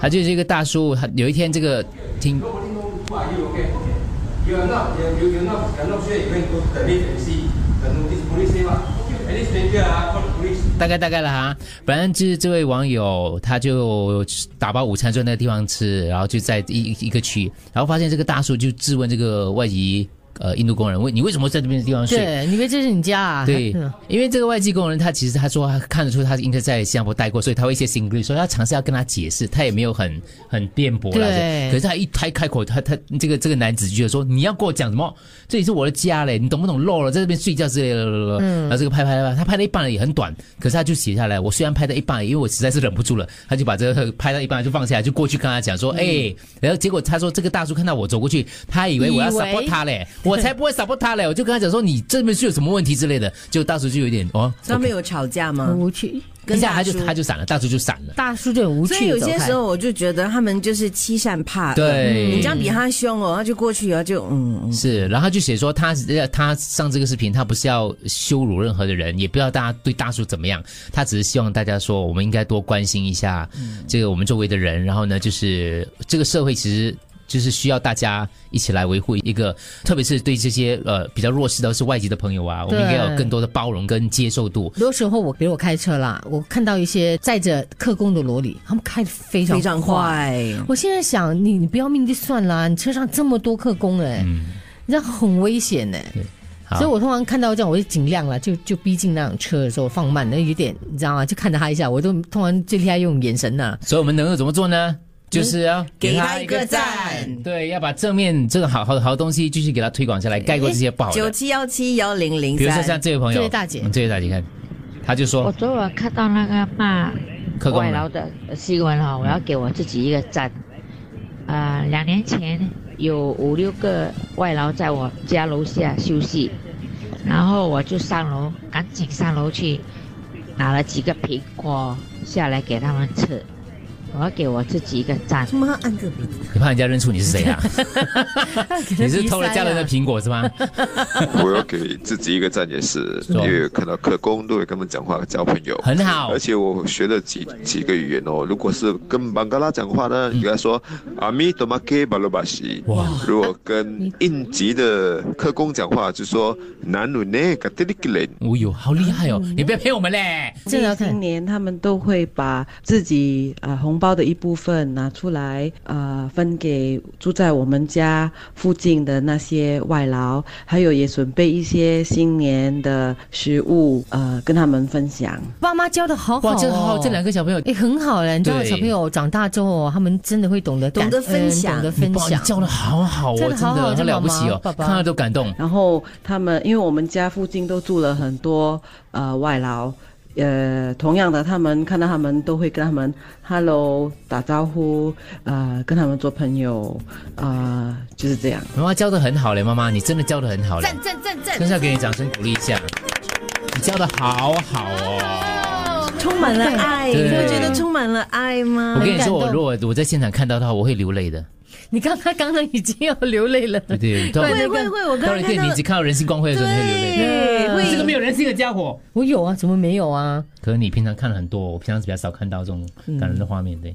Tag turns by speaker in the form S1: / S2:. S1: 他就是一个大叔，他有一天这个听
S2: Nobody knows who are you, okay? You are not, you, you, you're not, you're not sure you're going to go to the lift and see the notice police say what? Okay, any stranger, ah, call the police.
S1: 大概大概了哈，反正这这位网友他就打包午餐就在那个地方吃，然后就在一一一个区，然后发现这个大叔就质问这个外籍呃印度工人，问你为什么在这边的地方睡？
S3: 对，你以为这是你家啊？
S1: 对
S3: 嗯，
S1: 因为这个外籍工人他其实他说他看得出他应该在新加坡待过，所以他会一些新 n 所以他尝试要跟他解释，他也没有很很辩驳啦。
S3: 对
S1: 可是他一他一开口，他他这个这个男子就说你要跟我讲什么？这里是我的家嘞，你懂不懂？漏了在这边睡觉之类的。嗯，然后这个拍拍拍，他拍到一半了也很短，可是他就写下来。我虽然拍到一半，因为我实在是忍不住了，他就把这个拍到一半就放下来，就过去跟他讲
S3: 嗯
S1: 说，哎、然后结果他说这个大叔看到我走过去，他以为我要
S3: 以为
S1: support 他嘞，我才不会 support 他嘞，我就跟他讲说你这边是有什么问题之类的，结果大叔就有点哦，
S4: 他们有吵架吗？
S3: 嗯无趣，
S4: 跟
S1: 跟嗯下他
S4: 大
S1: 就
S4: 叔
S1: 他就闪了，大叔就闪了。
S3: 大叔就很无趣。
S4: 所以有
S3: 走
S4: 些
S3: 开
S4: 时候我就觉得他们就是欺善怕恶。
S1: 对
S4: 啊你这样比他凶哦，他就过去了，就嗯，
S1: 是，然后他就写说他他上这个视频，他不是要羞辱任何的人，也不知道大家对大叔怎么样，他只是希望大家说我们应该多关心一下
S4: 嗯
S1: 这个我们周围的人，然后呢，就是这个社会其实。就是需要大家一起来维护一个，特别是对这些呃比较弱势的是外籍的朋友啊，我们应该有
S3: 对
S1: 更多的包容跟接受度。
S3: 有时候我比如我开车啦，我看到一些载着客工的罗里，他们开的非常
S4: 非常快。
S3: 我现在想，你你不要命就算啦，你车上这么多客工哎、你这样很危险哎、
S1: 嗯好
S3: 所以我通常看到这样，我就尽量了，就就逼近那辆车的时候放慢，那有点你知道吗？就看着他一下，我都通常最厉害用眼神呐、
S1: 所以我们能够怎么做呢？就是
S3: 嗯
S1: 要
S4: 给
S1: 他
S4: 他一个赞
S1: 对，要把正面这个好好好东西继续给他推广下来，盖过这些不好的
S4: 九。七幺七幺零零
S1: 比如说像
S4: 三，
S1: 这位朋友，
S3: 这位大姐
S1: 嗯这位大姐看，她就
S5: 我
S1: 说
S5: 昨晚看到那个骂
S1: 客啊工
S5: 外
S1: 人
S5: 劳的新闻哈、我要给我自己一个赞。啊、两年前有五六个外劳在我家楼下休息，然后我就上楼，赶紧上楼去拿了几个苹果下来给他们吃。我要给我自己一个赞。
S4: 他妈按个比，
S1: 你怕人家认出你是 谁啊？
S3: 他
S1: 你是偷了家人的苹果是吗？
S6: 我要给自己一个赞也是，
S1: 吧
S6: 因为看到客工都会跟他们讲话交朋友，
S1: 很好
S6: 而且我学了几几个语言哦。如果是跟孟加拉讲话呢，
S1: 嗯
S6: 你跟他说阿弥陀马克巴罗巴西；如果跟印籍的客工讲话，就说南努内卡特里克雷。
S1: 哦呦，好厉害哦！你不要骗我们嘞！
S3: 真的要看
S7: 新年他们都会把自己呃红包的一部分拿出来呃分给住在我们家附近的那些外劳，还有也准备一些新年的食物呃跟他们分享。
S3: 爸妈教的好好、哦，
S1: 哇，这好，这两个小朋友，
S3: 哎、很好嘞，你知道
S1: 对
S3: 小朋友长大之后，他们真的会懂得感
S4: 懂得分
S3: 恩
S4: 享
S3: 懂得
S1: 你
S3: 分
S1: 哇你
S3: 享，
S1: 教的好好哦，
S3: 真的好好
S1: 很
S3: 真的
S1: 了不起哦
S3: 妈妈，爸爸
S1: 看了都感动。
S7: 然后他们，因为我们家附近都住了很多呃外劳，呃，同样的，他们看到他们都会跟他们 hello 打招呼，呃，跟他们做朋友，呃，就是这样。
S1: 妈妈教的很好嘞，妈妈，你真的教的很好嘞，
S4: 赞赞赞
S1: 真是要给你掌声鼓励一下，你教的好好哦。
S4: 充满了爱，你
S1: 对
S4: 不觉得充满了爱吗
S1: 我？跟你说，
S3: 很感动
S1: 我如果我在现场看到的话，我会流泪的。
S3: 你刚刚刚刚已经要流泪了，
S1: 对对，到
S4: 会会会，我刚
S1: 到
S4: 刚
S1: 了
S4: 看
S1: 电
S4: 到
S1: 你只看到人性光辉的时候，你会流泪。
S4: 对，会
S1: 这个没有人性的家伙。
S3: 我有啊，怎么没有啊？
S4: 嗯
S1: 可能你平常看了很多，我平常比较少看到这种感人的画面，对。